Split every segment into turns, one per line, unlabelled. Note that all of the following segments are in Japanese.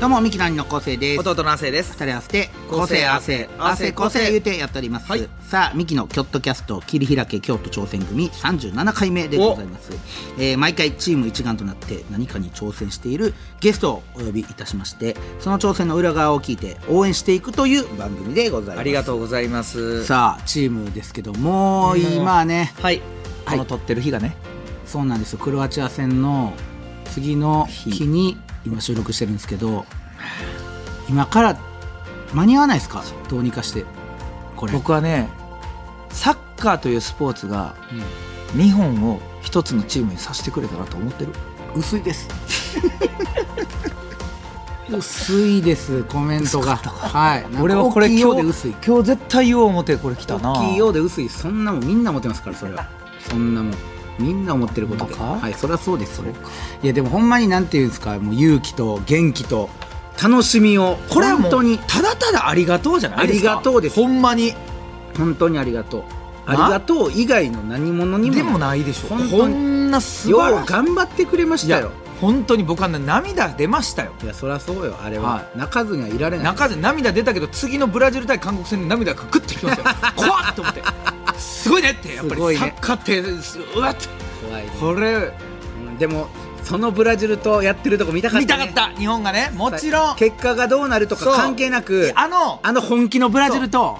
どうもミキナニの昴生です
弟の亜生です
二人合わせて個
個
性
性
汗
汗
汗個性言うてやっております、
はい
さあミキのキョットキャスト切り開け京都挑戦組37回目でございます、えー毎回チーム一丸となって何かに挑戦しているゲストをお呼びいたしましてその挑戦の裏側を聞いて応援していくという番組でございます
ありがとうございます
さあチームですけどもう今はね
はい
はい
この撮ってる日がね
そうなんですよクロアチア戦の次の日に今収録してるんですけど今から間に合わないですかどうにかしてこれ
僕はねサッカーというスポーツが日本を一つのチームにさせてくれたらと思ってる
薄いです 薄いですコメントがはいなんか
俺はこれ
大きいよ
今
うで
日
薄い
今日絶対言おう思ってこれ来たな
大きいようで薄いそんなもんみんな思ってますからそれはそんなもんみんな思ってることで
ほんまか
はいそりゃそうですそれいやでもほんまになんていうんですかもう勇気と元気と楽しみを
これはも
本
う
当に
ただただありがとうじゃないですか
ありがとうです
ほんまに
本当にありがとうあり
な
がとう以外の何者にも
でもないでしょ
本当に
こんなす
よ
ご
う
い
頑張ってくれまし
い
た
や
よ
本当に僕はね涙出ましたよ
いやそりゃそうよあれ
は
は泣かずにはいられない
中で涙出たけど次のブラジル対韓国戦で涙がグッてきま したよ怖っと思ってすごいねってやっぱ
すごい
り
ね
サッカーってうわって
怖いね
これ
うんでもそのブラジルとやってるとこ見たかった、ね、
見たかった日本がねもちろん
結果がどうなるとか
そう
関係なく
あの
あの本気のブラジルと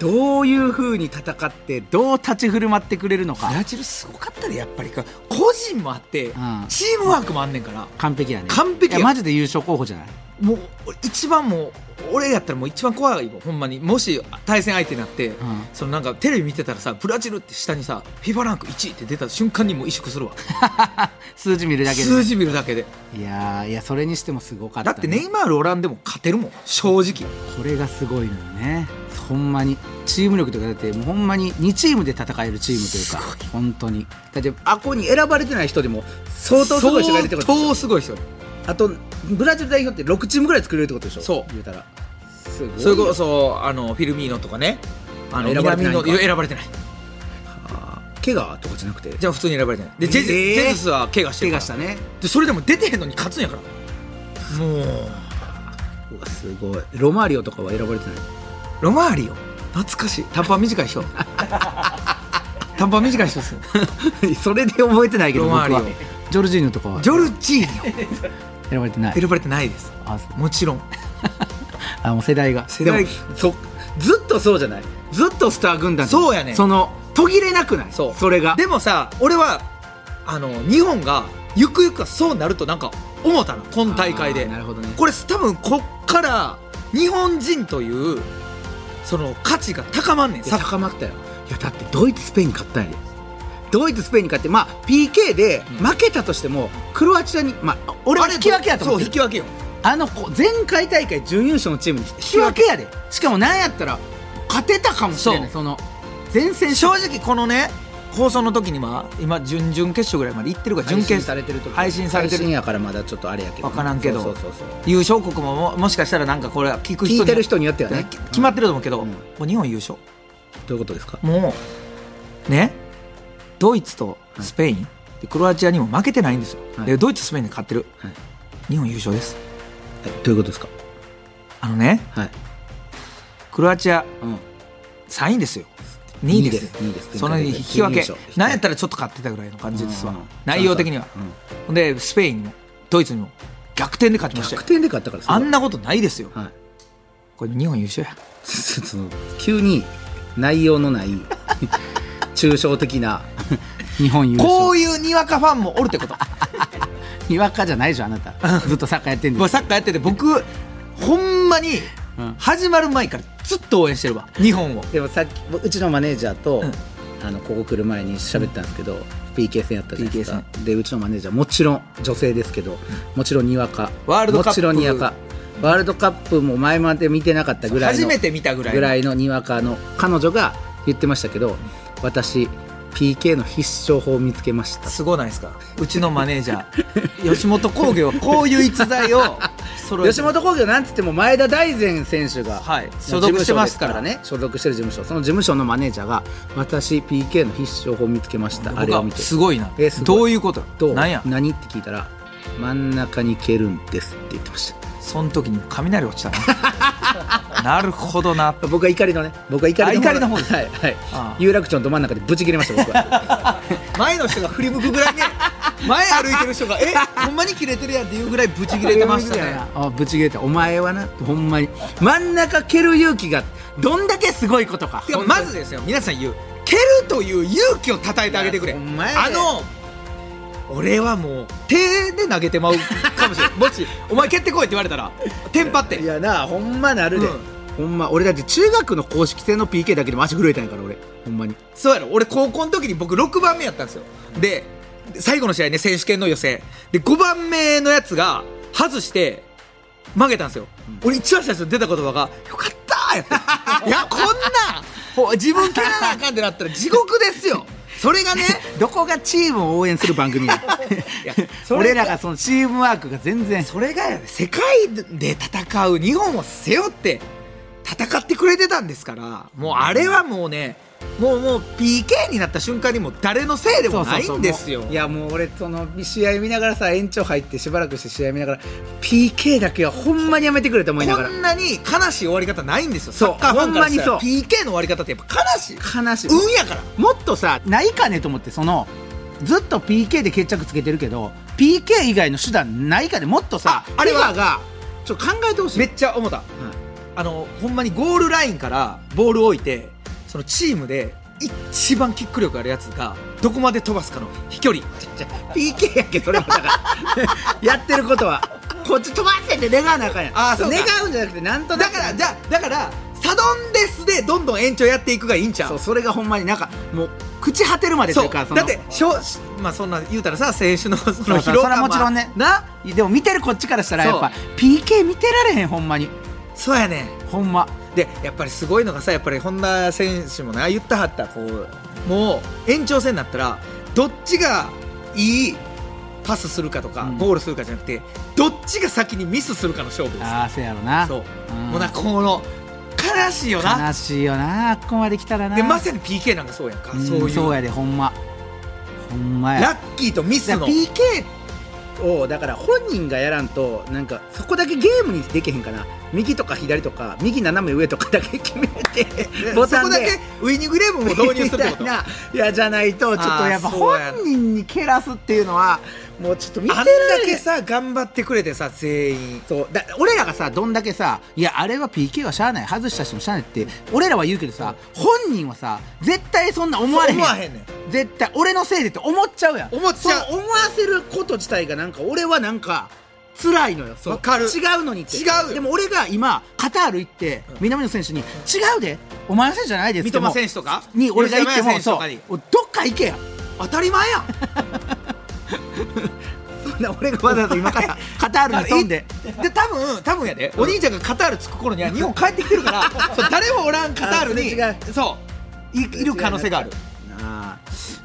どういうふうに戦ってどう立ち振る舞ってくれるの
ブ
か
ラジルすごかったでやっぱりか個人もあって
ん
チームワークもあんねんから
完璧だね
完璧や
いやマジで優勝候補じゃない
もう一番もう俺やったらもう一番怖いもんほんまにもし対戦相手になって、
ん
そのなんかテレビ見てたらさブラジルって下にさ FIFA ランク1位って出た瞬間にもう萎縮するわ
数字見るだけで
数字見るだけで
いやーいやそれにしてもすごかった、
だってネイマールオランでも勝てるもん正直
これがすごいのよねほんまにチーム力というかだってもうほんまに2チームで戦えるチームというか本当にだってあこに選ばれてない人でも相当すごい人がいるってことでし
相
ょ
当すごい人
あとブラジル代表って6チームぐらい作れるってことでしょ
そう
言うたらすごい
それこそあのフィルミーノとかねあの
選ばれてないんか
南野いや選ばれてない
怪我とかじゃなくて
じゃあ普通に選ばれてないでジェズ、
えー
ジェズスは怪我して
怪
るか
我
ら
したね
でそれでも出てへんのに勝つんやからもう
うわすごいロマーリオとかは選ばれてない
ロマーリオ懐かしい短パン短い 人短パン短い人っすよ
それで覚えてないけど
ロ
僕
マーリオ
はジョルジーノとかは
ジョルジーニ
選ばれてな
ョ
い
選ばれてないです
あそう
もちろん
あもう世代が
世代
でもそずっとそうじゃないずっとスター軍団じゃない
そうやねん
その途切れなくない
そう
れが
でもさ俺はあの日本がゆくゆくはそうなるとなんか思ったの今大会
あ
で
ーなるほどね
これ多分こっから日本人というその価値が高まんねん
いや高まったよいやだってドイツスペインに勝ったんやでドイツスペインに勝ってまあ PK で負けたとしても、クロアチアにまあ俺は引き分けやと思
そう
って
引
る
き分けよ
あのこ前回大会準優勝のチームに引き分けやでしかもなんやったら勝てたかもしれないそ
そ
の前線
正直このね放送の時には今準々決勝ぐらいまで行ってるから準
準
決
決されてると
配信されて
配信
る
やからまだちょっとあれやけど
わからんけど
そうそうそうそう
優勝国もももしかしたらなんかこれは聞く人に
聞いてる人によってはね
き決まってると思うけど、
うん
もう日本優勝
どういうことですか
もうねドイツとスペイン、でクロアチアにも負けてないんですよ、
はい
でドイツスペインで勝ってる、
はい
日本優勝です
えどういうことですか
あのね
はい、
クロアチア
うん、
3位ですよ2位です
2位です
その引き分け
準優勝
なんやったらちょっと勝ってたぐらいの感じですわ、
うん
内容的には、
うん
ほんでスペインにもドイツにも逆転で勝ちました
逆
よ
転で勝ったから
あん
な
なことないですよ
はい
これ日本優勝や
その急に内容の ない抽象的な日本優
こ
勝
ういうにわかファンもおるってこと
にわかじゃないでしょあなたずっとサッカーやってん
僕サッカーやってて僕ほんまに
うん
始まる前からずっと応援してるわ日本を
でもさっきうちのマネージャーと、
うん
あのここ来る前に喋ったんですけど、PK 戦やったじゃないですか
PK
でうちのマネージャーもちろん女性ですけどもちろんにわか
ワールドカップ
もちろんにわかワールドカップも前まで見てなかったぐらいの
初めて見たぐらい
ぐらいのにわかの彼女が言ってましたけど私 PK の必勝法を見つけました
すごないですかうちのマネージャー 吉本興業はこういう逸材を揃えて
吉本興業なんつっても前田大然選手が
はい
の
所属してますから
事務所ですね所属してる事務所その事務所のマネージャーが私 PK の必勝法を見つけましたあ
僕
れを
は
見て
すごいな
えすごい
どういうこと
どう
なんや
何って聞いたら真ん中に蹴るんですって言ってました
その時に雷落ちたな なるほど な
僕は怒りのね僕は怒りの
あ怒りの方です
はいはい
ああ
有楽町のど真ん中でブチ切れました僕は
前の人が振り向くぐらいね前歩いてる人が「えほんまに切れてるやん」っていうぐらいブチ切れて ましたね
あブチ切れたお前はなほんまに真ん中蹴る勇気がどんだけすごいことか
てかまずですよ皆さん言う蹴るという勇気をたたえてあげてくれ
いやほんまやで
あの俺はもう手で投げてまうかもしれ ないもしお前蹴ってこいって言われたらテンパって
いやなほんまなるで、
うん
ほんま俺だって中学の公式戦の PK だけでも足震えたんやから俺ほんまに
そうやろ俺高校の時に僕6番目やったんですよで最後の試合ね選手権の予選で5番目のやつが外して負けたんですよ、俺一番最初に出た言葉が「よかったー!」や っていやこんなほ自分蹴らなあかんってなったら地獄で すよそれがね
どこがチームを応援する番組 や
いやそれ
俺らがそのチームワークが全然
それがやね世界で戦う日本を背負って戦ってくれてたんですからもうあれはもうねもうもう PK になった瞬間にもう誰のせいでもないんですよ
もういやもう俺その試合見ながらさ延長入ってしばらくして試合見ながら PK だけはほんまにやめてくれと思いながら
こんなに悲しい終わり方ないんですよ
そう
サッカーファンからした
ほん
ら
まに
PK の終わり方ってやっぱ悲しい
悲しい、
運やから
もっとさないかねと思ってそのずっと PK で決着つけてるけど PK 以外の手段ないかねもっとさ
ああれは
FIFA がちょっと考えてほしい
めっちゃ思ったあのほんまにゴールラインからボールを置いてそのチームで一番キック力あるやつがどこまで飛ばすかの飛距離
PK やけどそれはだ からやってることはこっち飛ばせって願わなあかんやん
あーそうか
願うんじゃなくてなんとな
だ
く
からじゃあだからサドンデスでどんどん延長やっていくがいいんちゃ
そううそれがほんまになんかもう朽ち果てるまでと
そ
いううかその
だってしょしまあそんな言うたらさ選手のそ
そう
の
そう
疲労
それは
感
もちろんね
な
でも見てるこっちからしたらやっぱ
そ
PK 見てられへんほんまに
そうやねん
ほんま
でやっぱりすごいのがさやっぱり本田選手もな言ったはったこうもう延長戦になったらどっちがいいパスするかとか、
うん
ゴールするかじゃなくてどっちが先にミスするかの勝負です
ああせやろな
そう、
うん
もうなんかこの悲しいよな
悲しいよなここまで来たらな
でまさに PK なんかそうやんか、
うん
そういう
そうやでほんまほんまや
ラッキーとミス
だか
の
ら PK をだから本人がやらんとなんかそこだけゲームにできへんかな右とか左とか右斜め上とかだけ決め てボタンで
そこだけウイニングイレブンを導入するって
み
こと
たいないやじゃないとちょっとやっぱ
あーそうや
本人に蹴らすっていうのはもうちょっと見て
あん
ら
だ
れへ
け
ん
さ頑張ってくれてさ全員
そうだ俺らがさどんだけさいやあれは PK はしゃあない外したしてもしゃあないって俺らは言うけどさ本人はさ絶対そんな思われへん
そう思わへんねん
絶対俺のせいでって思っちゃうやん
思っちゃう
そう思わせること自体がなんか俺はなんか辛いのよ
そうわかる
違うのにって
違うよ
でも俺が今カタール行って南野選手に「違うでお前の選手じゃないです」
三笘選手とか
に俺が行っても
吉田麻也選手
そ
と
う
かに
おどっか行けや
当たり前 やん
そんな俺がわざわざ今から カタールに飛んで
で多分多分やでお兄ちゃんがカタール着く頃には日本帰ってきてるから そう誰もおらんカタールに
あ
そういいる可能性がある
なあ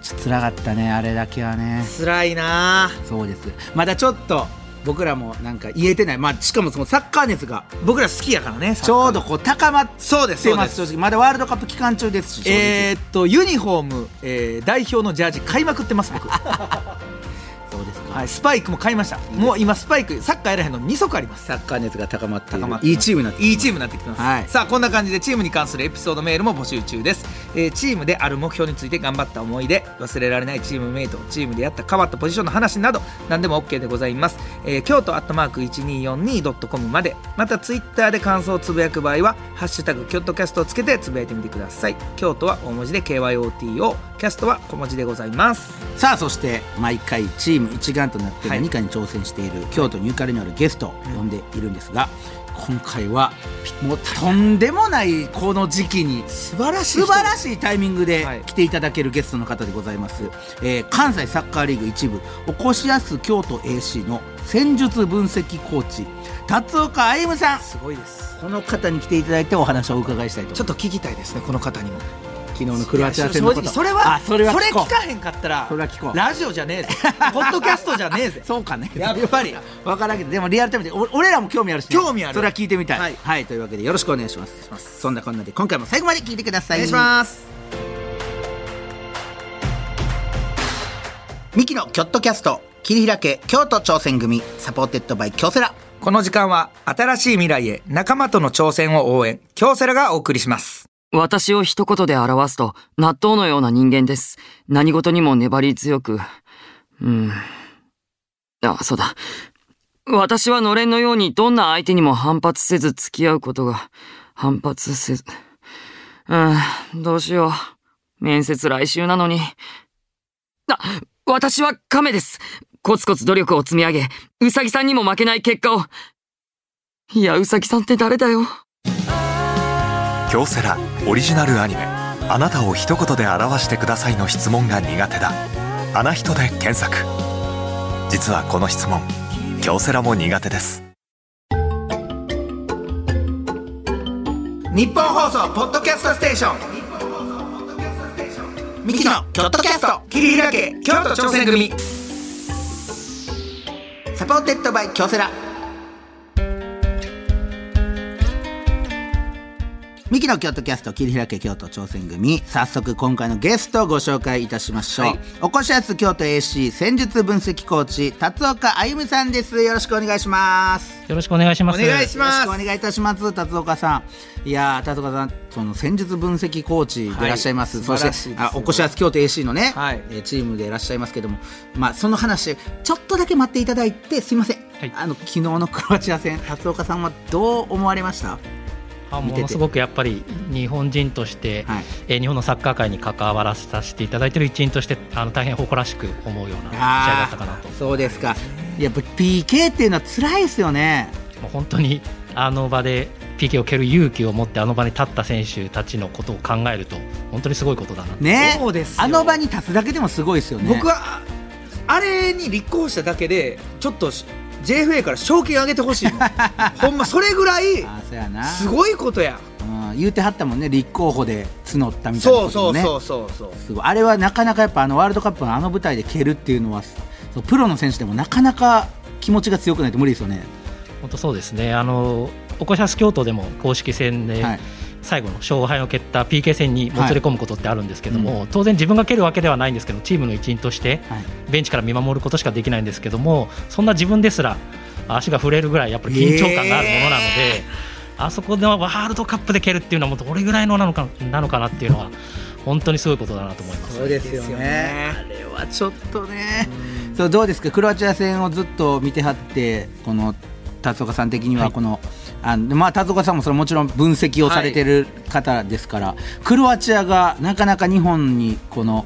ちょっと辛かったねあれだけはね
辛いな
そうですまだちょっと僕らもなんか言えてない、まあ、しかもそのサッカー熱が
僕ら好きやからね
ちょうどこう高まってます
そうですそうです
正直まだワールドカップ期間中ですし正直
えーっとユニフォーム、えー代表のジャージ買いまくってます 僕、は
そうですか、
い、スパイクも買いましたもう今スパイクサッカーやらへんの2足あります
サッカー熱が高まっている
高まって
いいチームになって
いいチームになってきてます、
はい
さあこんな感じでチームに関するエピソードメールも募集中です、えーチームである目標について頑張った思い出忘れられないチームメイトチームでやった変わったポジションの話など何でも OK でございます、えー、京都アットマーク 1242.com までまたツイッターで感想をつぶやく場合は「ハッシュタグ京都キャスト」をつけてつぶやいてみてください京都は大文字で KYOTO キャストは小文字でございます
さあそして毎回チーム一丸となって
はい
何かに挑戦している、京都ニューカレにあるゲストを呼んでいるんですが、今回はもうとんでもないこの時期に
素晴らし
素晴らしいタイミングで
はい
来ていただけるゲストの方でございます、えー関西サッカーリーグ一部おこしやす京都 AC の戦術分析コーチ辰岡歩さん
すごいです
この方に来ていただいてお話をお伺いしたいと思います
ちょっと聞きたいですねこの方にも
昨日のクロアチア戦のこと
いや正直それは
あそれは聞こう
聞かへんかったら
それは聞こう
ラジオじゃねえ ぜポッドキャストじゃねえぜ
そうかね
やっぱり
分からんけどでもリアルタイムでお俺らも興味あるしね、
興味ある
それは聞いてみたいは
はいい、
というわけでよろしくお願いしますそんなこんなで今回も最後まで聞いてください
お願いします
ミキのキョットキャスト切り開け京都挑戦組サポーテッドバイ京セラ
この時間は新しい未来へ仲間との挑戦を応援京セラがお送りします
私を一言で表すと、納豆のような人間です。何事にも粘り強く。うん。あ、そうだ。私はのれんのようにどんな相手にも反発せず付き合うことが、反発せず。うん、どうしよう。面接来週なのに。あ、私は亀です。コツコツ努力を積み上げ、うさぎさんにも負けない結果を。いや、うさぎさんって誰だよ。
京セラオリジナルアニメ「あなたを一言で表してください」の質問が苦手だ「あな人」で検索実はこの質問京セラも苦手です
日本放送ポッドキャストステーションミキのキョットキャスト切り開け京都挑戦組
サポーテッドバイ京セラミキの京都キャスト切り開け京都挑戦組早速今回のゲストをご紹介いたしましょう、
はい
おこしやす京都 AC 戦術分析コーチ辰岡歩美さんですよろしくお願いします
よろしくお願いしま
お
す。
願いします
よろしくお願いいたします辰岡さんいやー辰岡さんその戦術分析コーチでいらっしゃいます、
はい
そして
素晴らしいです
あおこしやす京都 AC のね、
はい
えーチームでいらっしゃいますけどもまあその話ちょっとだけ待っていただいてすいません、
はい
あの昨日のクロアチア戦辰岡さんはどう思われました
あ
見て
も
て
のすごくやっぱり日本人として、
はい
えー日本のサッカー界に関わらさせていただいている一員としてあの大変誇らしく思うような試合だったかなと
あー。そうですかやっぱ PK っていうのは辛いですよね
もう本当にあの場で PK を蹴る勇気を持ってあの場に立った選手たちのことを考えると本当にすごいことだなと。
ね
そうですよ
あの場に立つだけでもすごいですよね
僕はあれに立候補しただけでちょっと JFA から賞金上げてほし いもんほんまそれぐらい
あーそうやな
すごいことや
うん、言うてはったもんね立候補で募ったみたいな
そ
こと
うそ
も
う
ね
そうそうそう
すごいあれはなかなかやっぱあのワールドカップのあの舞台で蹴るっていうのはそうプロの選手でもなかなか気持ちが強くないと無理ですよね。
本当そうですね。あのオコシャス京都でも公式戦で、
はい
最後の勝敗を蹴った PK 戦にもつれ込むことってあるんですけども、
はい
当然自分が蹴るわけではないんですけどチームの一員として
はい
ベンチから見守ることしかできないんですけどもそんな自分ですら足が触れるぐらいやっぱり緊張感があるものなので、あそこでワールドカップで蹴るっていうのはもうどれぐらいのなのかなのかなっていうのは本当にすごいことだなと思います。
そうですよね。あれはちょっとね。そうどうですかクロアチア戦をずっと見てはってこの達岡さん的には
はい
この、あのまあ達岡さんもそれもちろん分析をされてる方ですから、クロアチアがなかなか日本にこの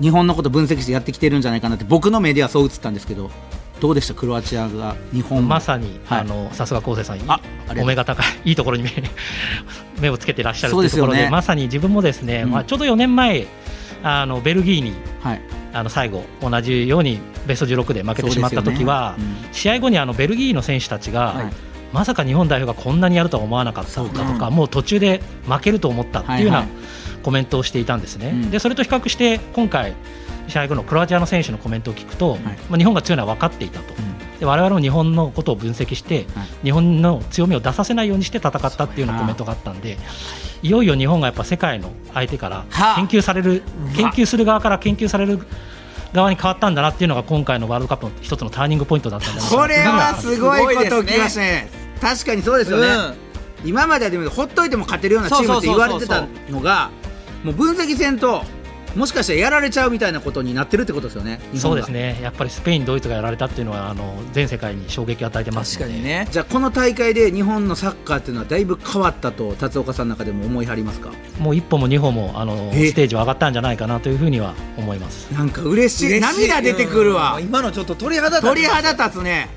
日本のこと分析してやってきてるんじゃないかなって僕の目ではそう映ったんですけどどうでしたクロアチアが日本
まさに、
はい
あのさすが昴生さん、いい
あありがとうございます
お目が高い、いいところに目 目をつけてらっしゃる
そう
と
で
いう
す
と
よ
こ
ね
ろで、まさに自分もですね、
うん
まあ、ちょうど4年前、あのベルギーに
はい、
あの最後、同じようにベスト16で負けてしまった時は、
そうですよね
試合後にあのベルギーの選手たちが、
はい
まさか日本代表がこんなにやるとは思わなかった
そ
と
う
か、
か
もう途中で負けると思ったっていうよう
は
ない
は
コメントをしていたんですね。
うん
でそれと比較して今回試合後のクロアチアの選手のコメントを聞くと、まあ、日本が強いのは分かっていたと、で我々も日本のことを分析して、
はい
日本の強みを出させないようにして戦ったっていうようなコメントがあったんで、いよいよ日本がやっぱ世界の相手から
はあ
研究される、研究する側から研究される側に変わったんだなっていうのが今回のワールドカップの一つのターニングポイントだったんじゃないかな
これはすごいこと起きましたたね確かにそうですよね、今まではでもほっといても勝てるようなチームって言われてたのがもう分析戦ともしかしたらやられちゃうみたいなことになってるってことですよね日
そ
本が
うですねやっぱりスペイン、ドイツがやられたっていうのはあの全世界に衝撃を与えてますので
ね
じゃあこの大会で日本のサッカーっていうのはだいぶ変わったと辰岡さんの中でも思いはりますか
もう一歩も二歩もあの
え
ステージは上がったんじゃないかなというふうには思います。
なんか嬉しい涙出てくるわ
うん今のちょっと鳥肌立つ
鳥肌立つね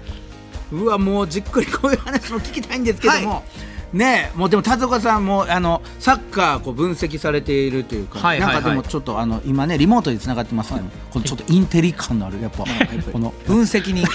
うわもうじっくりこういう話も聞きたいんですけども、ねえもうでも達岡さんもあのサッカーこう分析されているというか、
はいはいはい
なんかでもちょっとあの今ねリモートでつながってますけども、このちょっとインテリ感のあるやっぱこの
分析に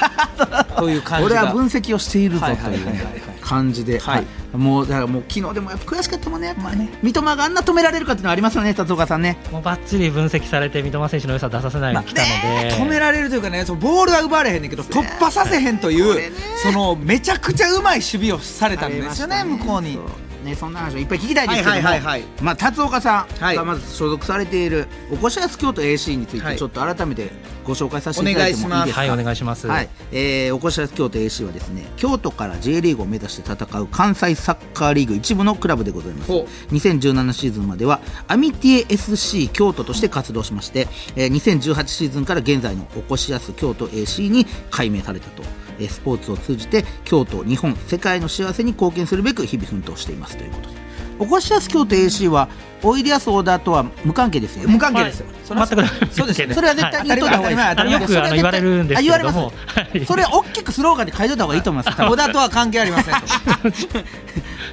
という感じ
俺
が
は分析をしているぞ
はい
と
はいいは
う
いはい
ね感じで、
はい
はいもうだからもう昨日でもやっぱ悔しかったもんね、やっぱね三笘があんな止められるかっていうのはありますよね、達岡さんね。
もうばっちり分析されて三笘選手の良さ出させないように来たので、
止められるというかねそのボールは奪われへんねんけど突破させへんというそのめちゃくちゃうまい守備をされたんですよね
ありま
向
した
こうに。
そうね、そんな話をいっぱい聞きたいですけども、
はいはいはいはい
まあ、辰岡さん
はい
がまず所属されている、おこしやす京都 AC につい
は
て
い
ちょっと改めてご紹介させていただいてもいいですか
はいお願いします。
はいえー、おこしらず京都 AC はですね京都から J リーグを目指して戦う関西サッカーリーグ一部のクラブでございます
ほ
2017シーズンまではアミティエ SC 京都として活動しまして、えー2018シーズンから現在のおこしやす京都 AC に改名されたと。えースポーツを通じて京都日本世界の幸せに貢献するべく日々奮闘していますということでおこしやす京都 AC はおいでやすオーダーとは無関係ですよね
無関係ですよ。それは
全く
そう ですよね。
それは絶対に言っといた方がいいです
当たり前当
たり前よくあの
それは絶対
言われるんですけれども
あ言われま
は
す
い
それ大きくスローガンで書いといた方がいいと思います多
小
分
田とは関係ありませんと。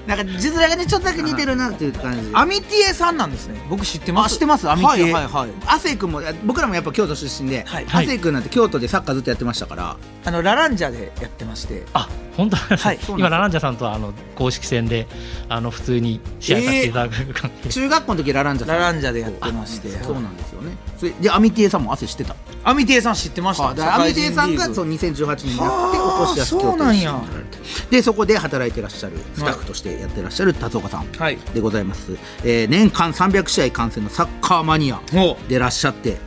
なんか字面がねちょっとだけ似てるなっていう感じ
アミティエさんなんですね。僕知ってま
あ
す。
知ってますアミティエ
はいはいはい。
亜生君もいや僕らもやっぱ京都出身で
はい
亜生君なんて京都でサッカーずっとやってましたから
あのラランジャでやってまして。
あ本当なんです、
はい
ね
そうなんです
今ラランジャさんとはあの公式戦であの普通に試合させていただく関係、
中学校の時ラランジャさ
ラ
ん
ランジャでやってまして。
そうなんですよねそれでアミティエさんも亜生知ってた
アミティエさん知ってました。
あだからアミティさんが
社会人リーグ
そう2018年になって
はあ
起こしやす京
そう
都
なん
に
や
でそこで働いてらっしゃるスタッフとしてやってらっしゃる達岡さん
はい
でございます、えー年間300試合観戦のサッカーマニア
ほ
でらっしゃって、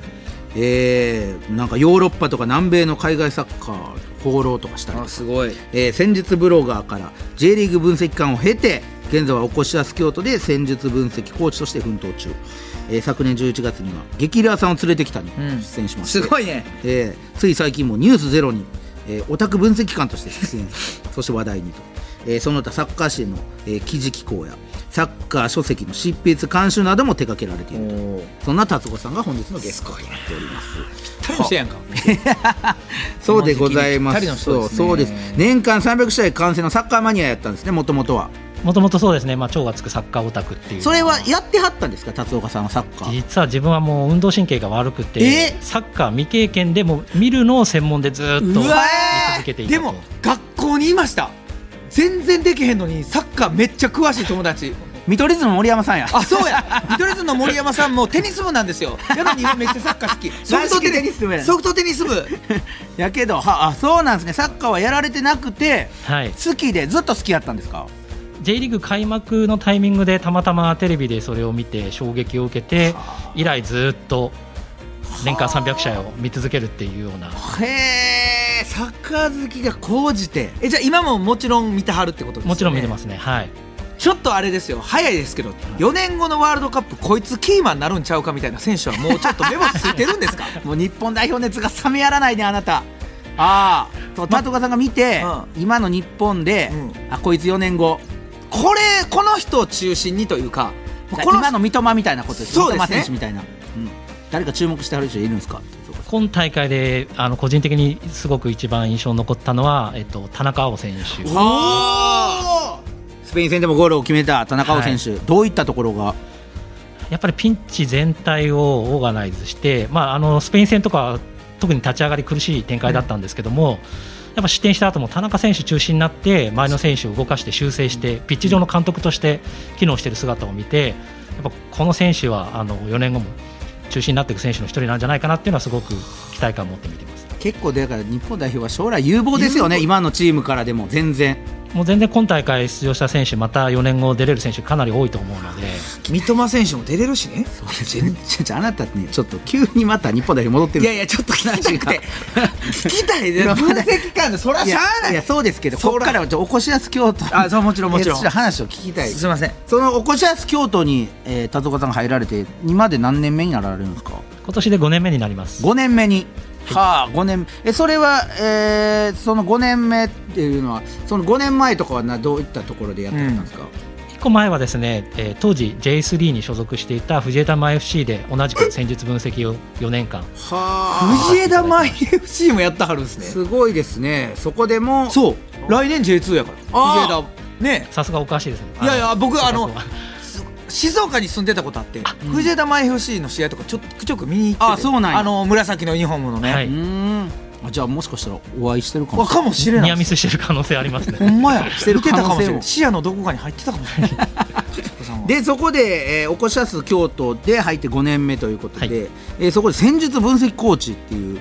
えーなんかヨーロッパとか南米の海外サッカー放浪とかしたりと
あ
か
すごい。
えー戦術ブロガーから J リーグ分析官を経て現在はおこしやす京都で戦術分析コーチとして奮闘中、えー昨年11月には激レアさんを連れてきたに
うん
出演しまして、
すごいね。
えーつい最近も「ニュースゼロに、えーオタク分析官として出 演そして話題にと、えーその他サッカー誌への、えー記事寄稿やサッカー書籍の執筆監修なども手掛けられているとそんな達子さんが本日のゲストとなっております
ぴったりの人やんか。
そうでございま
この時期にぴっ
す
たりの人
そう
ですね
そうです年間300試合完成のサッカーマニアやったんですねもともとは
もともとそうですね、まあ、蝶がつくサッカーオタクっていう
それはやってはったんですか達岡さんはサッカー
実は自分はもう運動神経が悪くて
え
サッカー未経験でも見るのを専門でずーっと見
ー
続けていた
で
と
も学校にいました。全然できへんのにサッカーめっちゃ詳しい友達。
見取り図の森山さんや
あそうや見取り図の森山さんもテニス部なんですよやだ日本めっちゃサッカー好きソフトテ
大好きテニ
ニ
ス部や
ス
ね
ソフトテニス部
やけどはあそうなんですねサッカーはやられてなくて
はい、
好きでずっと好きやったんですか
J リーグ開幕のタイミングでたまたまテレビでそれを見て衝撃を受けて以来ずーっと年間300試合を見続けるっていうような
へえサッカー好きが高じて
えじゃあ今ももちろん見てはるってことですよね
もちろん見てますすねはい
ちょっとあれですよ早いですけど4年後のワールドカップこいつキーマンになるんちゃうかみたいな選手はもうちょっと目星ついてるんですか
もう日本代表熱が冷めやらないねあなたああと田岡さんが見て、
ま
今の日本で、
う
あこいつ4年後
これこの人を中心にというかもうこの
今の三笘みたいなことです
そうです
三
ね
笘選手みたいな、うん誰か注目してはる人いるんですかってそうか
今大会であの個人的にすごく一番印象に残ったのは、えっと、田中碧選手
おスペイン戦でもゴールを決めた田中碧選手、どういったところが
やっぱりピンチ全体をオーガナイズして、まあ、あのスペイン戦とかは特に立ち上がり苦しい展開だったんですけども、やっぱ失点した後も田中選手中心になって前の選手を動かして修正してピッチ上の監督として機能している姿を見てやっぱこの選手はあの4年後も中心になっていく選手の一人なんじゃないかなっていうのはすごく期待感を持って見てます。
結構だから日本代表は将来有望ですよね今のチームからでも全 然
もう全然今大会出場した選手また4年後出れる選手かなり多いと思うので。
三笘選手も出れるしね
全然あなたねちょっと急にまた日本代表戻ってる
いやいやちょっと聞きたくて聞きたいね
いや
分析官でそら
い
しゃ
や
あないい
やそうですけど
そ
ここ
ら
からはちょっとおこしやす京都
あそうもちろんもちろん
えー話を聞きたい
すいません
そのおこしやす京都に、えー、辰岡さんが入られて今で何年目になられるんですか
今年で5年目になります。
5年目にはあ5年えそれは、えーその5年目っていうのはその5年前とかはなどういったところでやってたんですか、
1個前はですね、えー当時 J3 に所属していた藤枝マ FC で同 じく戦術分析を4年間
は
藤枝マイ FC もやったはるんですね
すごいですねそこでもう
そう来年 J2 やから
あ
藤枝ね
さすがおかしいですね
いやいや僕あ
そ
の
こは
す静岡に住んでたことあって藤枝マイ FC の試合とかちょっとちょくちょく見に行ってて
あそうなんや
あの紫のユニフォームのね、
は
う
い
ーんあじゃあもしかしたらお会いしてるかも
わ
しれ
かもしれな
ニ
い
ヤミスしてる可能性ありますね
ほ んまや
してる
見てたかもし
可能性
れない
も
視野のどこかに入ってたかもしれない
ないでそこで、えー、おこしやす京都で入って5年目ということで、
はい
えーそこで戦術分析コーチっていう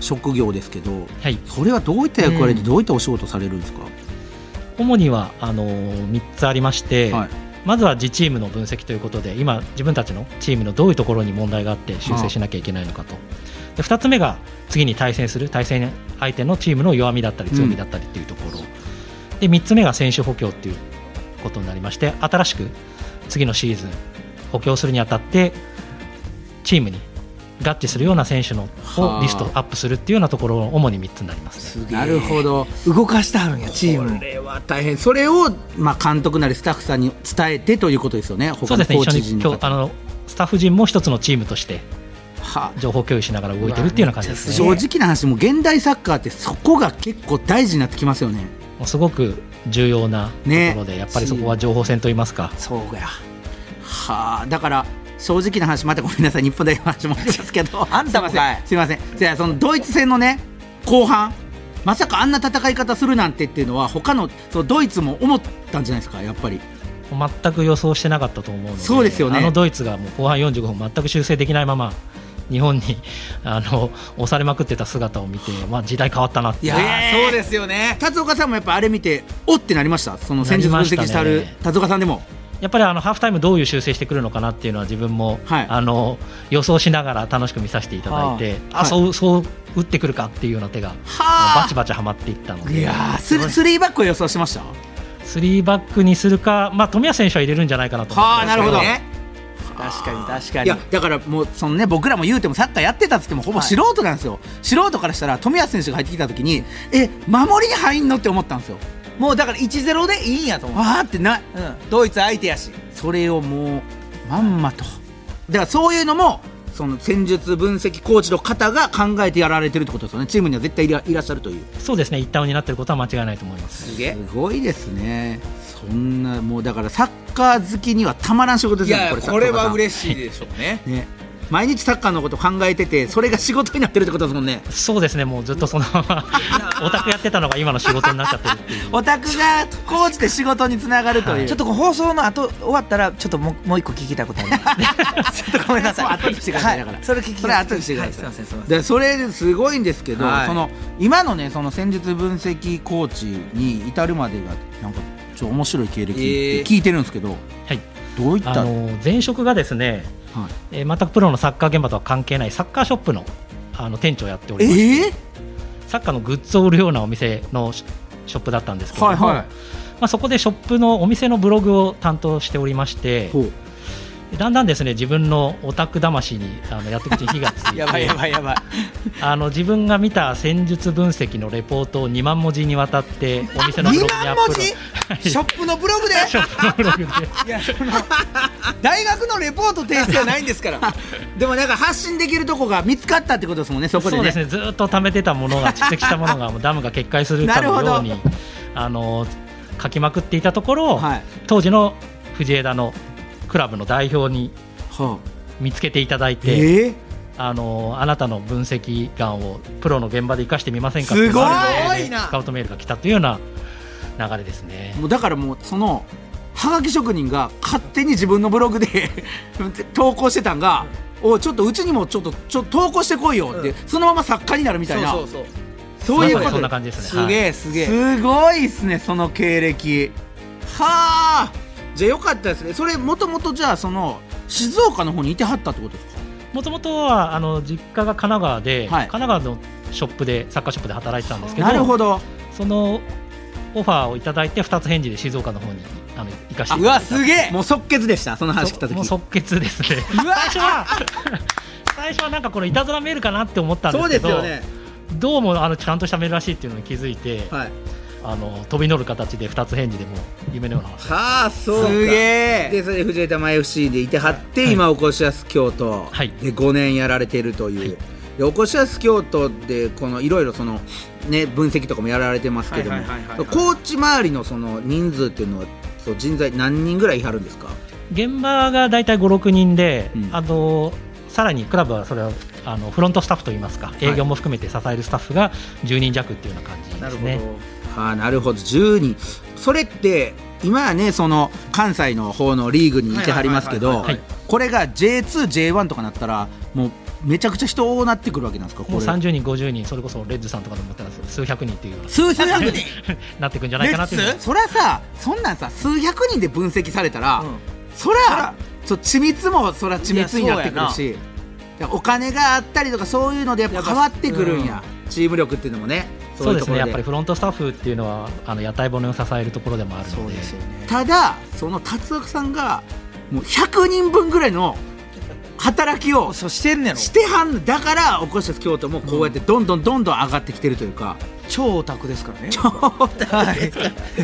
職業ですけど
はい
それはどういった役割で
うん
どういったお仕事されるんですか、
主にはあの3つありまして、
はい
まずは自チームの分析ということで今自分たちのチームのどういうところに問題があって修正しなきゃいけないのかと、で2つ目が次に対戦する対戦相手のチームの弱みだったり強みだったりっていうところ、で3つ目が選手補強っていうことになりまして新しく次のシーズン補強するにあたってチームに合致するような選手の
はあ
をリストアップするっていうようなところを主に3つになりますね、
なるほど
動かしてはるんやチー
こ
ムを
れは大変それを、まあ、監督なりスタッフさんに伝えてということですよね
そ
他
う
の
で
コ
すね
ー
一緒
チ陣
に今
の
日
方
あのスタッフ陣も一つのチームとして
は
情報共有しながら動いてるっていうような感じですね
正直な話もう現代サッカーってそこが結構大事になってきますよね
もうすごく重要なとこ
ね
ろで、やっぱりそこは情報戦といいますか
そうやはあだから正直な話またごめんなさい日本代表の話も ありますけど
あんたもかい
すいませんすいませんじゃあそのドイツ戦のね後半まさかあんな戦い方するなんてっていうのは他のそのドイツも思ったんじゃないですかやっぱり
全く予想してなかったと思うので
そうですよね
あのドイツがもう後半45分全く修正できないまま日本に あの押されまくってた姿を見て、まあ、時代変わったなって
いや
え
ー
ー
そうですよね
達岡さんもやっぱあれ見ておってなりましたその戦術分析してあ
なり
る
ましたね
達岡さんでも
やっぱりあのハーフタイムどういう修正してくるのかなっていうのは自分も、
はい
あの予想しながら楽しく見させていただいて、
あ
あ
はい
そうそう打ってくるかっていうような手がバチバチはまっていったので。
いやースリスリーバックを予想してました
3バックにするか、まあ、富安選手は入れるんじゃないかなと思って
はあなるほど
ね確かに確かに
いやだからもうそのね僕らも言うてもサッカーやってたっつってもほぼ素人なんですよ、素人からしたら冨安選手が入ってきた時にえ守りに入んのって思ったんですよ
もうだから1-0でいいんやと思う、
わーってな
うん、ドイツ相手やし
それをもうまんまとだからそういうのもその戦術分析コーチの方が考えてやられてるってことですよねチームには絶対いらいらっしゃるという
そうですね一旦になっていることは間違いないと思います
すげえ
すごいですねそんなもうだからサッカー好きにはたまらん仕事で
い
すよね
やこれは
し
嬉しいでしょうね
いね毎日サッカーのこと考えててそれが仕事になってるってことですもんね
そうですねもうずっと そのままオタクやってたのが今の仕事になっちゃってるっ ていう
オタクがコーチで仕事につながるという、
はい
ちょっとこう放送の後終わったらちょっともうもう一個聞きたいことあり ますちょっとごめんなさい
もう後にしてくださいだから
それ聞き
それ後にしてください
はすいませんすいません
でそれすごいんですけど、
はい
その今のねその戦術分析コーチに至るまでがなんかちょっと面白い経歴
えー
聞いてるんですけど、
はい
どういっ
あ
た
の前職がですね、
はい
えー全くプロのサッカー現場とは関係ないサッカーショップのあの店長をやっております
えー
サッカーのグッズを売るようなお店のシショップだったんですけども、
はいは
まあ、そこでショップのお店のブログを担当しておりまして
いほう
だんだんですね自分のオタク魂にあのやって口に火がつ いて
やばいやばいやばい
あの自分が見た戦術分析のレポートを2万文字にわたってお店のブログにアップロ
文字ショップのブログで
ショップのブログで
いやその大学のレポート提出じゃないんですから
でもなんか発信できるとこが見つかったってことですもんねそこで
そう
ね
ですねずーっと貯めてたものが蓄積した ものがもうダムが決壊するかのように
なる
あの書きまくっていたところ、
はい
当時の藤枝のクラブの代表に
はあ
見つけていただいて、
えー
あのあなたの分析眼をプロの現場で生かしてみませんか
すごい
とうメールで
な
スカウトメールが来たというような流れですね。
もうだからもうそのはがき職人が勝手に自分のブログで 投稿してたんが、おいちょっとうちにもちょっとちょっと投稿してこいよって、そのまま作家になるみたいな
そうそうそう
そういうこと
そんな感じですね
すげえすげえ
すごいですねその経歴はあじゃあよかったですねそれもともとじゃあその静岡の方にいてはったってことですか
もともとはあの実家が神奈川で、
はい
神奈川のショップでサッカーショップで働いてたんですけど
なるほど
そのオファーをいただいて2つ返事で静岡の方にあの行かしていただいた
うわすげえ
もう即決でしたその話来た時
もう即決ですね
うわ
最初は 最初はなんかこのいたずらメールかなって思ったんで
そう
す
で
け
す
ど
よね
どうもあのちゃんとしたメールらしいっていうのに気づいて、
はい
あの飛び乗る形で2つ返事でもう夢のような話
はあそうか
すげ
で
え
それで藤枝前 FC でいてはって、今おこしやす京都
はい
で5年やられてるという、でおこしやす京都でこのいろいろそのね分析とかもやられてますけども
はいはいはいはいはい
コーチ周りのその人数っていうのはそう人材何人ぐらいいはるんですか
現場が大体56人で、
うん
あのさらにクラブはそれをあのフロントスタッフといいますか営業も含めて支えるスタッフが10人弱っていうような感じ
なる
です
ほ
ね。
ど
あーなるほど10人それって今はねその関西の方のリーグにいてはりますけ
はい
ど
はいはいはい
これが J2J1 とかなったらもうめちゃくちゃ人多なってくるわけなんですかこ
もう
れ
30人、50人、それこそレッズさんとかと思ったら数百人っていうよう
数百人
ななっていくんじゃない
レ
かな
ッ
っていうのは
ツそりゃさそんなんさ数百人で分析されたら、
うん
そりゃちょ緻密もそりゃ緻密になってくるしいやお金があったりとかそういうのでやっぱ変わってくるんやチーム力っていうのもね
そう
い
で
と
す
こ
ね
ろ
やっぱりフロントスタッフっていうのはあの屋台骨を支えるところでもあるので
よね
ただその達夫さんがもう100人分ぐらいの働きを
そうしてんねやろ
してはんだからおこしです京都もこうやってどんどんどんどん上がってきてるというか、
超オタクですからね
はい、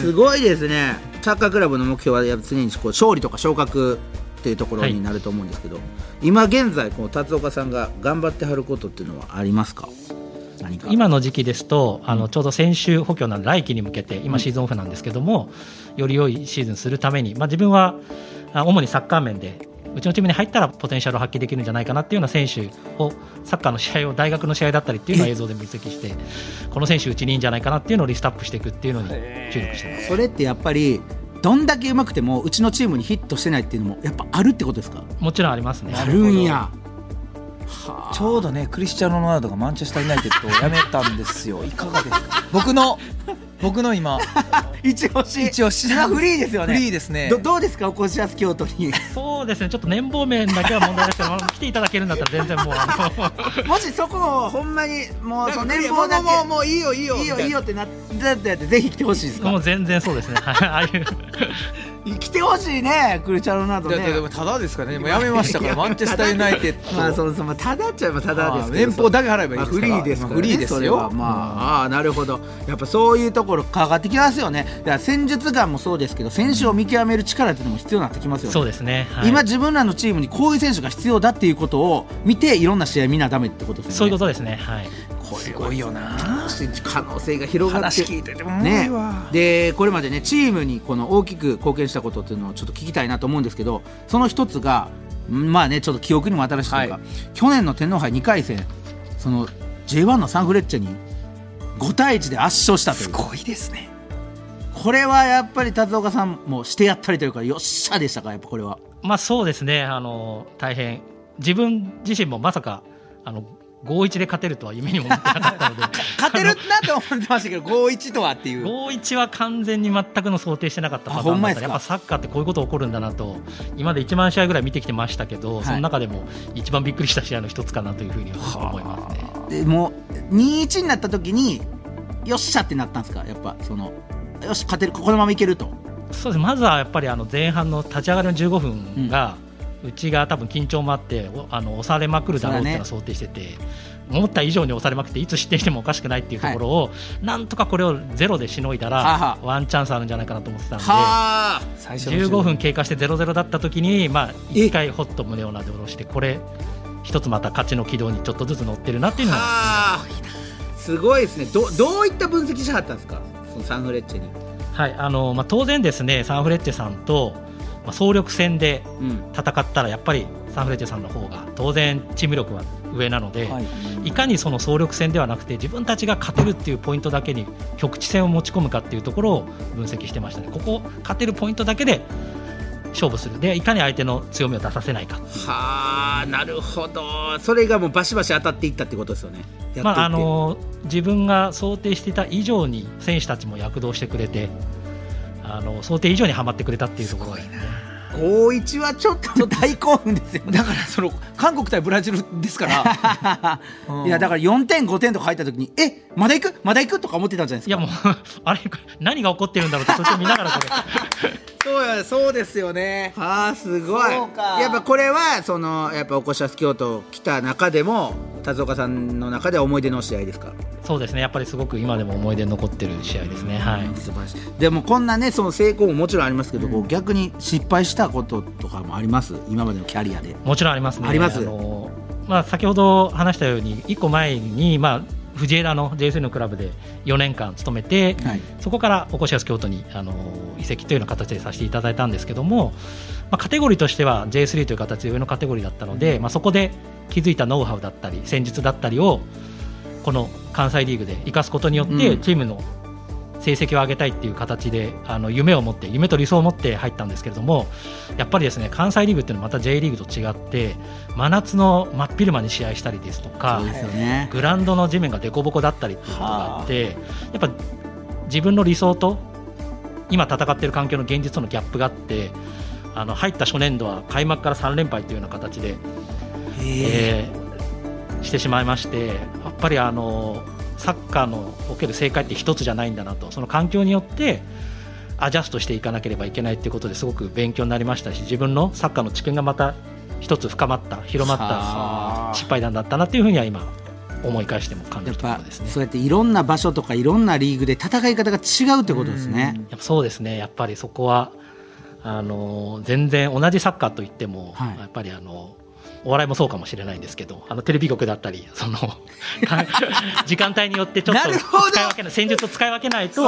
すごいですねサッカークラブの目標はやっぱ常にこう勝利とか昇格っていうところになると思うんですけど、今現在この辰岡さんが頑張ってはることっていうのはありますか何か
今の時期ですとあのちょうど先週補強の来季に向けて今シーズンオフなんですけどもより良いシーズンするために、まあ、自分はあ主にサッカー面でうちのチームに入ったらポテンシャルを発揮できるんじゃないかなっていうような選手をサッカーの試合を大学の試合だったりっていうのを映像で分析してこの選手うちにいいんじゃないかなっていうのをリストアップしていくっていうのに注力してます。
それってやっぱりどんだけうまくてもうちのチームにヒットしてないっていうのもやっぱあるってことですか
もちろんありますね
あるんや
ちょうどねクリスチャーノ・ロナウドがマンチェスター・ユナイテッドを辞めたんですよいかがですか僕の僕の今
一押し
一応し
今フリーですよね
フリーですね
どどうですかおこしやす京都に
そうですねちょっと年俸面だけは問題ですけどあの来ていただけるんだったら全然もうあの。
もしそこをほんまにもうその年
も
俸
う
だ
もう
け
もういいよいいよ
いいよ
みた
いいよってなだってぜひ来てほしいですか
もう全然そうですね。はい、ああいう。
来てほしいねクルチャロナウド
だってでも
ね
ただですからねもうやめましたからマンチェスター・ユナイテッド
まあそのそのただっちゃえばただですけど
年俸だけ払えばいい
まあ
です
フ
から
リーですから、ね、
フリーですよ
それはまあ、ああなるほどやっぱそういうところかかってきますよねだから戦術眼もそうですけど選手を見極める力っていうのも必要になってきますよね
そうですね。はい
今自分らのチームにこういう選手が必要だっていうことを見ていろんな試合見なダメってことです
そう
よ
い
ね
うことですね。はい。
これ
す
は
ごいよな
可能性が広がっ
話
て
聞いてても
ね
いいわ、
でこれまでねチームにこの大きく貢献したことっていうのをちょっと聞きたいなと思うんですけどその一つがんまあねちょっと記憶にも新しいというか、
は
去年の天皇杯2回戦その J1 のサンフレッチェに5対1で圧勝したとい
す
う
ごいですね
これはやっぱり辰岡さんもしてやったりというかよっしゃでしたかやっぱこれは
まあそうですね。あの大変自分自身もまさかあの5一で勝てるとは夢にも思ってなかっ たので。
勝てるなって思ってましたけど5-1とはっていう
5一は完全に全くの想定してなかったパタ
あほ
ー
ん
ン
ま
だ
で
っ
す
た
か
らやっぱサッカーってこういうこと起こるんだなと今まで1万試合ぐらい見てきてましたけど、
い
その中でも一番びっくりした試合の一つかなというふうには思いますね。
でもう2-1になった時によっしゃってなったんですかやっぱそのよし勝てるこのままいけると
そうですまずはやっぱりあの前半の立ち上がりの15分が、うちが多分緊張もあっておあの押されまくるだろうっていうのは想定してて、思った以上に押されまくっていつ失点してもおかしくないっていうところを、なんとかこれをゼロでしのいだら
はは
ワンチャンスあるんじゃないかなと思ってたんで。
はあ
最初の15
15分経過して0-0だった時に、まあ、1回ほっと胸をなで下ろしてこれ一つまた勝ちの軌道にちょっとずつ乗ってるなっていうのは
あーすごいですねどどういった分析しはったんですかそのサンフレッチェに、
はいあのまあ、当然ですねサンフレッチェさんと、まあ、総力戦で
うん、
戦ったらやっぱりサンフレッチェさんの方が当然チーム力は上なので、
はい
い、かにその総力戦ではなくて自分たちが勝てるっていうポイントだけに局地戦を持ち込むかっていうところを分析してましたねここ勝てるポイントだけで勝負するでいかに相手の強みを出させないか、
はあなるほどそれがもうバシバシ当たっていったってことですよねやっていって
まあ、あの自分が想定していた以上に選手たちも躍動してくれてあの想定以上にはまってくれたっていうところですね
高一はちょっと大興奮ですよね
だからその韓国対ブラジルですから うん
いやだから4点5点とか入った時にえまだ行くまだ行くとか思ってたんじゃないですか
いやもう あれ何が起こってるんだろうってそっちを見ながらこれ。
そうやそうですよね
あーすごい
そうか
やっぱこれはそのやっぱおこしゃす京都来た中でも辰岡さんの中では思い出の試合ですか
そうですね、やっぱりすごく今でも思い出に残ってる試合ですね、はい、
素晴らしいでもこんなねその成功ももちろんありますけど、こう逆に失敗したこととかもあります今までのキャリアで
もちろんありますね、
あります
のまあ、先ほど話したように、一個前に、まあ、藤枝の JSN のクラブで4年間勤めて、
はい
そこからおこしやす京都にあの移籍というような形でさせていただいたんですけども、まあ、カテゴリーとしては J3 という形で上のカテゴリーだったので、まあ、そこで気づいたノウハウだったり戦術だったりをこの関西リーグで生かすことによっ
う
て
ん
チームの成績を上げたいっていう形であの夢を持って夢と理想を持って入ったんですけれどもやっぱりですね関西リーグっていうのはまた J リーグと違って真夏の真っ昼間に試合したりですとか
そうですよね。
グラウンドの地面が凸凹だったりっていうことがあって、やっぱ自分の理想と今戦っている環境の現実とのギャップがあって、あの入った初年度は開幕から3連敗というような形で、えーしてしまいまして、やっぱりあのサッカーのおける正解って一つじゃないんだなと、その環境によってアジャストしていかなければいけないということですごく勉強になりましたし、自分のサッカーの知見がまた一つ深まった、広まった。
はあ
失敗談だったなっていうふうには今思い返しても感じ
やっ
るとこ
ぱ
ろですね。
そうやっていろんな場所とかいろんなリーグで戦い方が違うってことですね。
やっぱそうですね。やっぱりそこはあの全然同じサッカーといっても、
はい
やっぱりあの。お笑いもそうかもしれないんですけど、あのテレビ局だったり、その 時間帯によってちょっ
な
と
るほど
使い分けない戦術を使い分けないと、
そう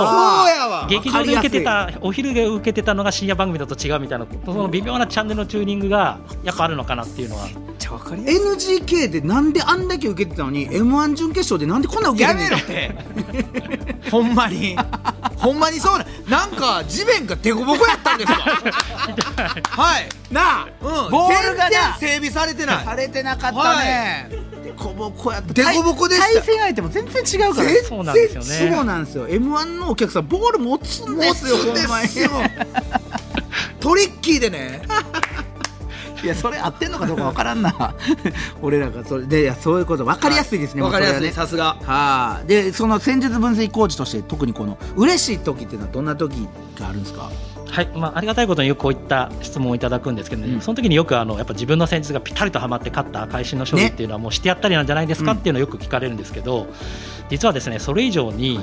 やわ
劇場で受けて
わ
たお昼で受けてたのが深夜番組だと違うみたいな、その微妙なチャンネルのチューニングがやっぱあるのかなっていうのは。
かりやすい NGK でなんであんだけ受けてたのに M1 準決勝でなんでこんな受け
や
てんね
め
ん
ろってほんまにほんまにそうななんか地面がデコボコやったんですかはい
なあ
うん
ボールがな
全然整備されてない
されてなかったね、でこぼこやった
でこぼこでした
対戦相手も全然違うから
全
そうなんですよね
そうなんですよ M1 のお客さんボール持つんですよ
持つんですよ
ほまに
トリッキーでね
いやそれ合ってんのかどうかわからんな 俺らがそれでいやそういうこと分かりやすいですね、
わかりやす
も
いう
それは
さすが
ねはあでその戦術分析コーチとして特にこの嬉しい時っていうのはどんな時があるんですか
はいまあ、ありがたいことによくこういった質問をいただくんですけど、ね
うん
その時によくあのやっぱ自分の戦術がぴったりとはまって勝った会心の勝利っていうのはもうしてやったりなんじゃないですかっていうのをよく聞かれるんですけど、実はですねそれ以上に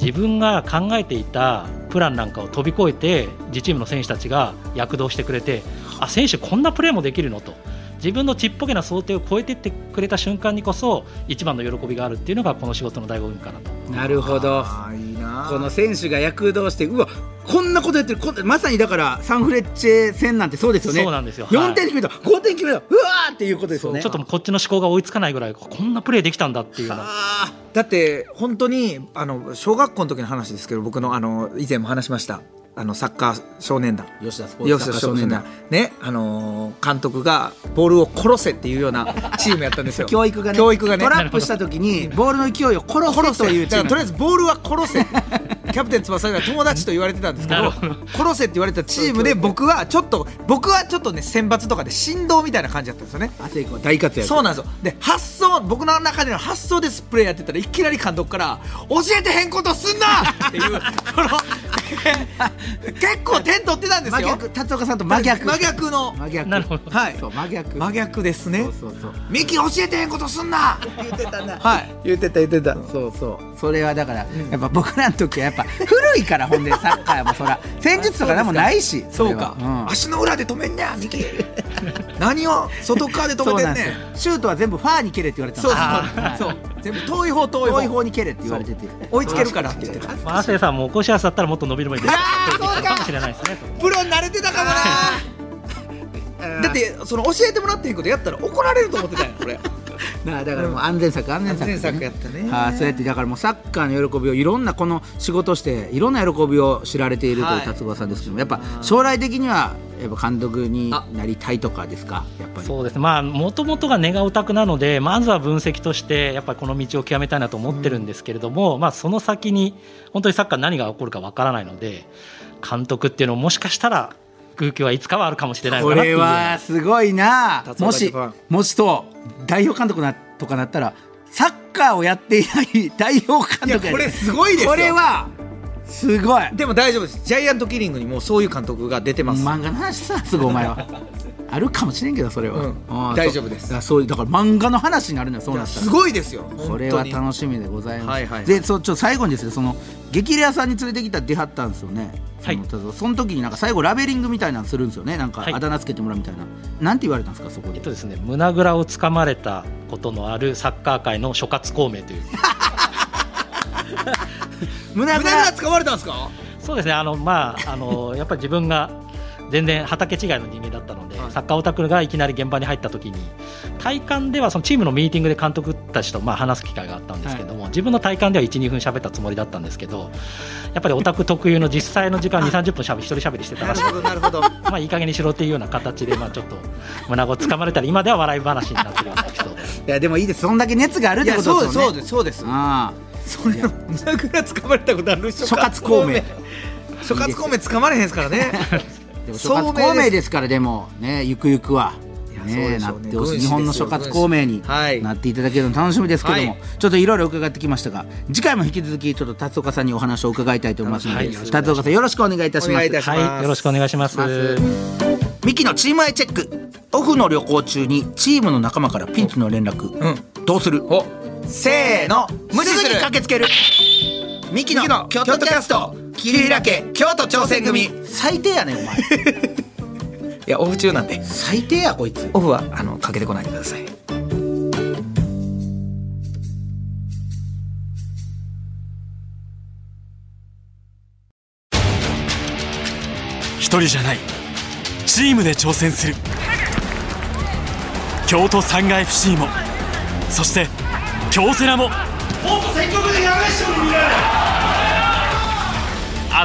自分が考えていたプランなんかを飛び越えて自チームの選手たちが躍動してくれてあ選手、こんなプレーもできるのと自分のちっぽけな想定を超えてってくれた瞬間にこそ一番の喜びがあるっていうのがこの仕事の醍醐味かなと。
なるほど
あーいいな
この選手が躍動してうわこんなことやってるこんまさにだからサンフレッチェ戦なんてそうですよね
そうなんですよ
4点決めた、5点決めたうわーっていうことですよね
ちょっともうこっちの思考が追いつかないぐらいこんなプレーできたんだっていうような
あーだって本当にあの小学校の時の話ですけど僕のあの以前も話しましたあのサッカー少年団
吉田スポーツ
吉
サッカー
田少
少年
年団
団
ねあのー監督がボールを殺せっていうようなチームやったんです よ
教育がね
教育がね
トラップした時にボールの勢いを殺
殺
せとい
せ
う
だからとりあえずボールは 殺せキャプテン翼が友達と言われてたんですけど
なるほど
殺せって言われたチームで僕はちょっと僕はちょっとね選抜とかで振動みたいな感じだったんですよね
亜生君は大活躍
そうなんですよで発想僕の中での発想でスプレーやってたらいきなり監督から「教えてへんことすんな!」っていうその 結構点取ってたんです
真
よ
逆達岡さんと真逆
真逆の
真逆
なるほど
はいそう真逆
真逆ですね
そうそうそう
「ミキ教えてへんことすんな!」言ってたなはい
言ってた言ってたそうそうそれはだから、やっぱ僕らの時はやっぱ古いからほんでサッカーもそら戦術とか何もないし
そう
れは
か、
うん
足の裏で止めんねやミ キ何を外側で止
そう
めて
なん
ん
で
ね
すよシュ
ん
ートは全部ファーに蹴れって言われてた
そうそう
あー
そ
は
う全部遠い方遠
い
い方
遠い方に蹴れって言われてて
追いつけるからって言ってた
まあ、亜生さんもおこしやすだったらもっと伸びるもいいです
あーそうか
かもしれないですね。
プロに慣れてたかもなだってその教えてもらっていいことやったら怒られると思ってたよこ れ
なあだからもう安全策安全策、
安全策やったね
はいそうやってだからもうサッカーの喜びをいろんなこの仕事していろんな喜びを知られていると
はいいう
達郎さんですけども、やっぱ将来的にはやっぱ監督になりたいとかですかやっぱり
そうですね。まあ元々がネガオタクなので、まずは分析としてやっぱりこの道を極めたいなと思ってるんですけれども、まあその先に本当にサッカー何が起こるかわからないので、監督っていうのももしかしたら空気はいつかはあるかもしれないの
こ
かなってい
れ
う。
はすごいな
達郎
も
ジャ
し
パン
もしと代表監督なとかなったらサッカーをやっていない代表監督や
いやこれすごいですよ
これはすごい
でも大丈夫ですジャイアントキリングにもうそういう監督が出てます、
漫画の話さすぐお前 はあるかもしれんけどそれは、
うん
ああ
大丈夫です
そうだそういうだから漫画の話になるのよそう
い
な
や
ったら
すごいですよ
これは
本
楽しみでございます。
はいはい
で、そうちょ最後にですね、その激レアさんに連れてきた出はったんですよね。
はい
そのその時になんか最後ラベリングみたいなのするんですよね。なんか
はい
あだ名つけてもらうみたいな。なんて言われたんですかそこ
え
で
っ。とですね、胸ぐらをつかまれたことのあるサッカー界の諸葛孔明という
胸ぐ
胸ぐら
ら
つかまれたんですか
そうですね、あのまあ、あのやっぱり自分が全然畑違いの人間だったので、
はい
サッカーオタクがいきなり現場に入った時に、体感ではそのチームのミーティングで監督たちとまあ話す機会があったんですけども、自分の体感では1、2分喋ったつもりだったんですけど、やっぱりオタク特有の実際の時間、2、30分しゃべ一人喋りしてた
な
ら
る
しく
ほどなる ほど
まあいい加減にしろっていうような形で、まあ、ちょっと胸をつかまれたり、今では笑い話になってるようなエピソードです。
いやでもいいですそんだけ熱があるっ
い
てこ
や
と
そう
で
ですす
よね
そうですそうです
あ
それ胸ぐらつかまれたことある
諸葛孔明
諸葛孔明つかまれへんですからね
あでも諸
聡明です
葛孔明ですからでもねゆくゆくはい
やそう
ね
でし
な
ょ
っ
うね
てほしい
軍師
日本の
です
諸
よ
葛孔明に
軍師はい
なっていただけるの楽しみですけども、
はい
ちょっといろいろ伺ってきましたが次回も引き続きちょっと達岡さんにお話を伺いたいと思いますので、
はいよろしくお願いします
達岡さんよろしくお願いいたし
お
ま
願い
す
いたします
はい、よろしくお願いします。
ミキのチームアイチェックオフの旅行中にチームの仲間からピンチの連絡、
う
どうする
おせーの無視
す
す
ぐに
る
駆けつけるミキ
ミキ
の
の
京都
京都
キ
キ
ャ
ャ
ス
ス
ト
ト桐平家京都挑戦組い
最低やねお前
やオフ中なんで
最低やこいつ
オフはあのかけてこないでください
一人じゃないチームで挑戦する京都サンガ FC もそして京セラもあ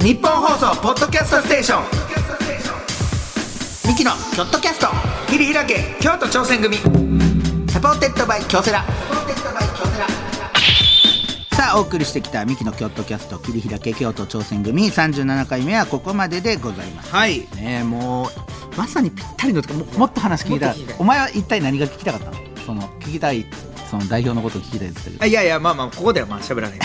日本放送ポッドキャストステーションミキのキョットキャスト
桐平家京都挑戦組
サポーテッドバイ京セラさあお送りしてきたミキのキョットキャスト切り開け京都挑戦組37回目はここまででございます
はい
ねえもうまさにぴったりのとかももっと話聞きた
も
い
っと聞きたい
お前は一体何が聞きたかったのその聞きたいその代表のことを聞きたいですけど
あいやいやまあまあここではまあ喋らない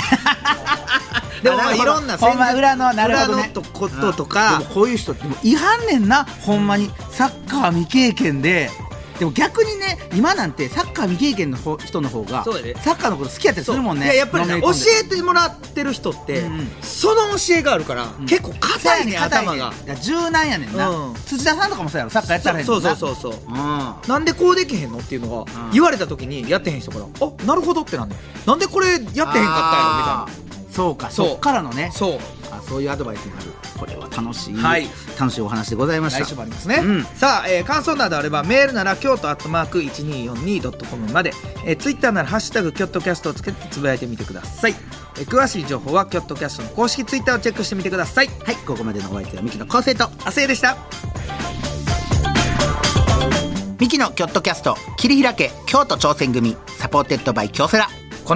でもま
あ
あ
ないるほど
ろんな
ほんま裏のなるほどね
裏のとこととか
でもこういう人ってもう違反ねんなほんまにサッカー未経験ででも逆にね今なんてサッカー未経験のほ人の方が
そうやで
サッカーのこと好きやったりす
そう
るもんね
いややっぱり
の
ね
めり
教
込んで
えてもらってる人って、
うんうん
その教えがあるから、
ん
結構硬いね
硬
頭が
いや柔軟やねんな、
うん
辻田さんとかもそうやろサッカーやったらへん
そうそう
う
そうそう
うんあ
なんでこうできへんのっていうのが、
うん
言われた時にやってへん人からあなるほどってなんねんなんでこれやってへんかったんやろみ
ーそうか
そう
そっからのね
たいなそう
あそういうアドバイスになるこれは楽しい、
はい
楽しいお話でございました
来週もありますね、
うん
さあ、えー感想などあればメールなら京都アットマーク 1242.com まで、えー、ツイッターなら「ハッシュタグキョットキャスト」をつけてつぶやいてみてください、えー詳しい情報はキョットキャストの公式ツイッターをチェックしてみてください
はいここまでのお相手はミキの昴生と
亜生でした
ミキのキョットキャスト切り開け京都挑戦組サポーテッドバイ京セラ
こ